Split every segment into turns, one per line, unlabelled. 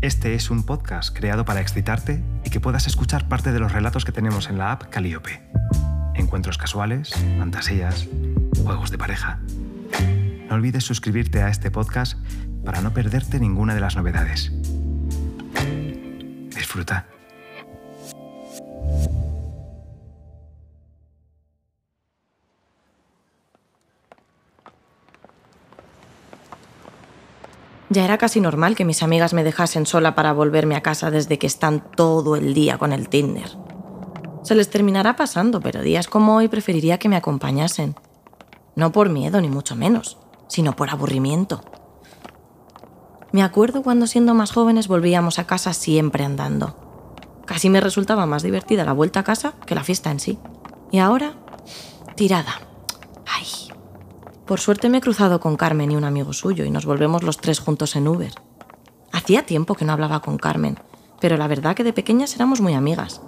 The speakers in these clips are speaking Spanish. Este es un podcast creado para excitarte y que puedas escuchar parte de los relatos que tenemos en la app Calíope. Encuentros casuales, fantasías, juegos de pareja. No olvides suscribirte a este podcast para no perderte ninguna de las novedades. Disfruta.
Ya era casi normal que mis amigas me dejasen sola para volverme a casa desde que están todo el día con el Tinder. Se les terminará pasando, pero días como hoy preferiría que me acompañasen. No por miedo, ni mucho menos, sino por aburrimiento. Me acuerdo cuando siendo más jóvenes volvíamos a casa siempre andando. Casi me resultaba más divertida la vuelta a casa que la fiesta en sí. Y ahora, tirada. Ay, por suerte me he cruzado con Carmen y un amigo suyo y nos volvemos los tres juntos en Uber. Hacía tiempo que no hablaba con Carmen, pero la verdad que de pequeñas éramos muy amigas.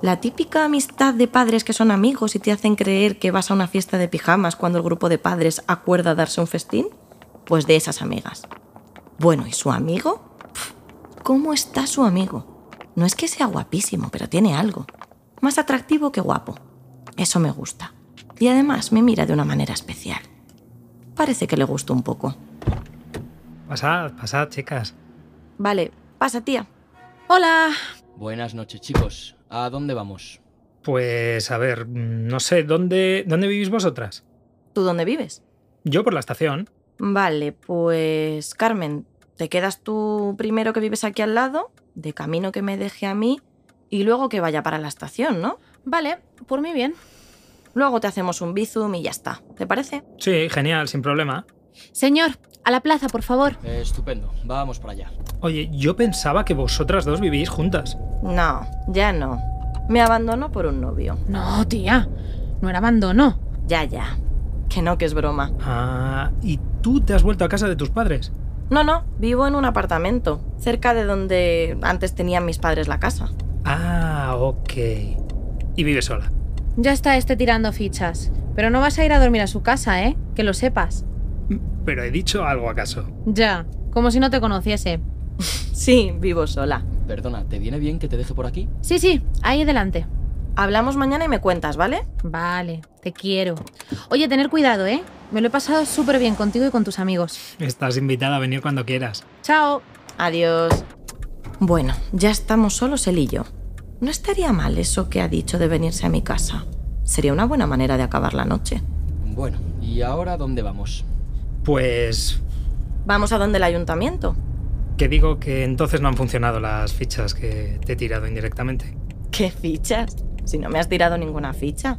La típica amistad de padres que son amigos y te hacen creer que vas a una fiesta de pijamas cuando el grupo de padres acuerda darse un festín, pues de esas amigas. Bueno, ¿y su amigo? Pf, ¿Cómo está su amigo? No es que sea guapísimo, pero tiene algo. Más atractivo que guapo. Eso me gusta. Y además me mira de una manera especial parece que le gustó un poco.
Pasad, pasad, chicas.
Vale, pasa, tía. Hola.
Buenas noches, chicos. ¿A dónde vamos?
Pues a ver, mm, no sé, ¿dónde, ¿dónde vivís vosotras?
¿Tú dónde vives?
Yo por la estación.
Vale, pues Carmen, te quedas tú primero que vives aquí al lado, de camino que me deje a mí, y luego que vaya para la estación, ¿no?
Vale, por mí bien.
Luego te hacemos un bizum y ya está. ¿Te parece?
Sí, genial, sin problema.
Señor, a la plaza, por favor.
Eh, estupendo, vamos para allá.
Oye, yo pensaba que vosotras dos vivís juntas.
No, ya no. Me abandonó por un novio.
No, tía. No era abandono.
Ya, ya. Que no, que es broma.
Ah, ¿y tú te has vuelto a casa de tus padres?
No, no, vivo en un apartamento, cerca de donde antes tenían mis padres la casa.
Ah, ok. Y vives sola.
Ya está este tirando fichas. Pero no vas a ir a dormir a su casa, ¿eh? Que lo sepas.
Pero he dicho algo acaso.
Ya, como si no te conociese.
Sí, vivo sola.
Perdona, ¿te viene bien que te deje por aquí?
Sí, sí, ahí adelante.
Hablamos mañana y me cuentas, ¿vale?
Vale, te quiero. Oye, tener cuidado, ¿eh? Me lo he pasado súper bien contigo y con tus amigos.
Estás invitada a venir cuando quieras.
Chao.
Adiós. Bueno, ya estamos solos él y yo. No estaría mal eso que ha dicho de venirse a mi casa. Sería una buena manera de acabar la noche.
Bueno, ¿y ahora dónde vamos?
Pues...
Vamos a donde el ayuntamiento.
Que digo que entonces no han funcionado las fichas que te he tirado indirectamente.
¿Qué fichas? Si no me has tirado ninguna ficha.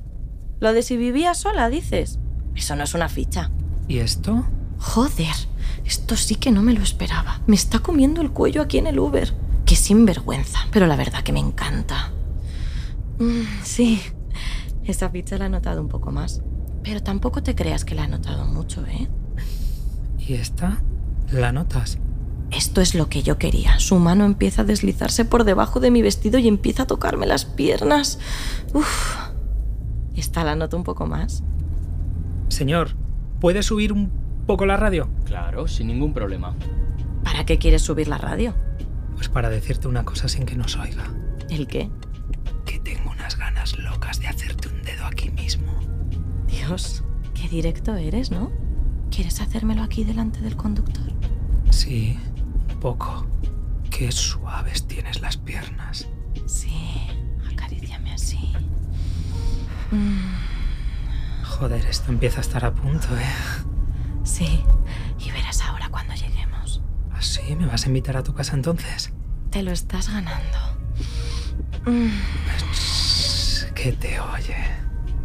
Lo de si vivía sola, dices. Eso no es una ficha.
¿Y esto?
Joder, esto sí que no me lo esperaba. Me está comiendo el cuello aquí en el Uber. Qué sinvergüenza, pero la verdad que me encanta. Mm, sí, esa ficha la he notado un poco más. Pero tampoco te creas que la he notado mucho, ¿eh?
¿Y esta? ¿La notas?
Esto es lo que yo quería. Su mano empieza a deslizarse por debajo de mi vestido y empieza a tocarme las piernas. Uf. Esta la noto un poco más.
Señor, ¿puede subir un poco la radio?
Claro, sin ningún problema.
¿Para qué quieres subir la radio?
Pues para decirte una cosa sin que nos oiga.
¿El qué?
Que tengo unas ganas locas de hacerte un dedo aquí mismo.
Dios, qué directo eres, ¿no? ¿Quieres hacérmelo aquí delante del conductor?
Sí, un poco. Qué suaves tienes las piernas.
Sí, acaríciame así.
Joder, esto empieza a estar a punto, ¿eh?
Sí, y verás ahora cuando lleguemos.
¿Así me vas a invitar a tu casa entonces?
Te lo estás ganando. Mm,
Shh, Que te oye.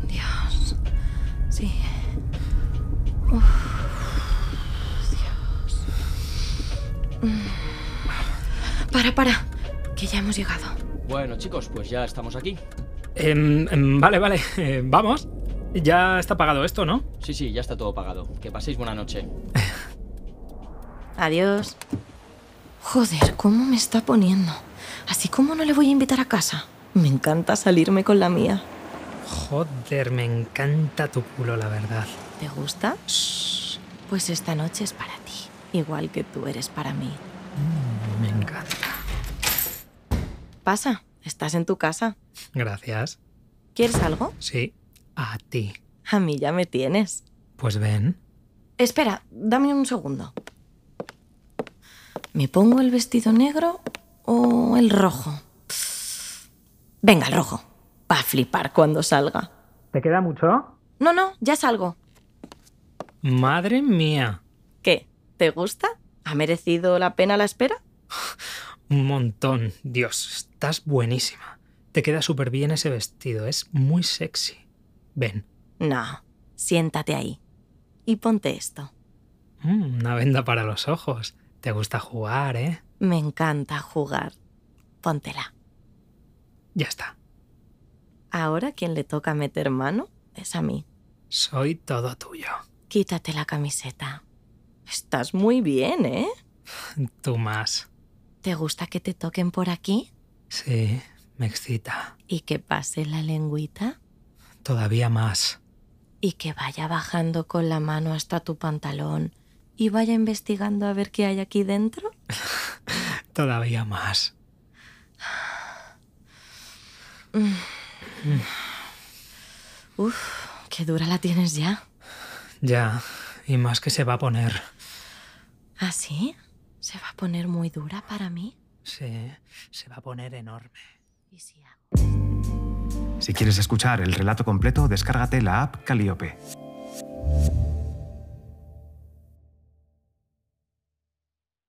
Dios. Sí. Uf. Dios. Mm. Para, para. Que ya hemos llegado.
Bueno, chicos, pues ya estamos aquí.
Em, em, vale, vale, eh, vamos. Ya está pagado esto, ¿no?
Sí, sí, ya está todo pagado. Que paséis buena noche.
Adiós. Joder, ¿cómo me está poniendo? Así como no le voy a invitar a casa. Me encanta salirme con la mía.
Joder, me encanta tu culo, la verdad.
¿Te gusta? Pues esta noche es para ti, igual que tú eres para mí.
me encanta.
Pasa, estás en tu casa.
Gracias.
¿Quieres algo?
Sí, a ti.
A mí ya me tienes.
Pues ven.
Espera, dame un segundo. ¿Me pongo el vestido negro o el rojo? Venga, el rojo. Va a flipar cuando salga.
¿Te queda mucho?
No, no, ya salgo.
Madre mía,
¿Qué? ¿Te gusta? ¿Ha merecido la pena la espera?
un montón. Dios, estás buenísima. Te queda súper bien ese vestido, es muy sexy. Ven,
No. Siéntate ahí. Y ponte esto.
Mm, una venda para los ojos. Te gusta jugar, ¿eh?
Me encanta jugar. Póntela.
Ya está.
Ahora quien le toca meter mano es a mí.
Soy todo tuyo.
Quítate la camiseta. Estás muy bien, ¿eh?
Tú más.
¿Te gusta que te toquen por aquí
Sí, me excita.
y que pase la lengüita
Todavía más.
y que vaya bajando con la mano hasta tu pantalón y vaya investigando a ver qué hay aquí dentro?
Todavía más.
Uf, qué dura la tienes ya.
Ya, y más que se va a poner.
¿Así? ¿Ah, ¿Se va a poner muy dura para mí?
Sí, se va a poner enorme.
¿Y si hago?
Si quieres escuchar el relato completo, descárgate la app Calíope.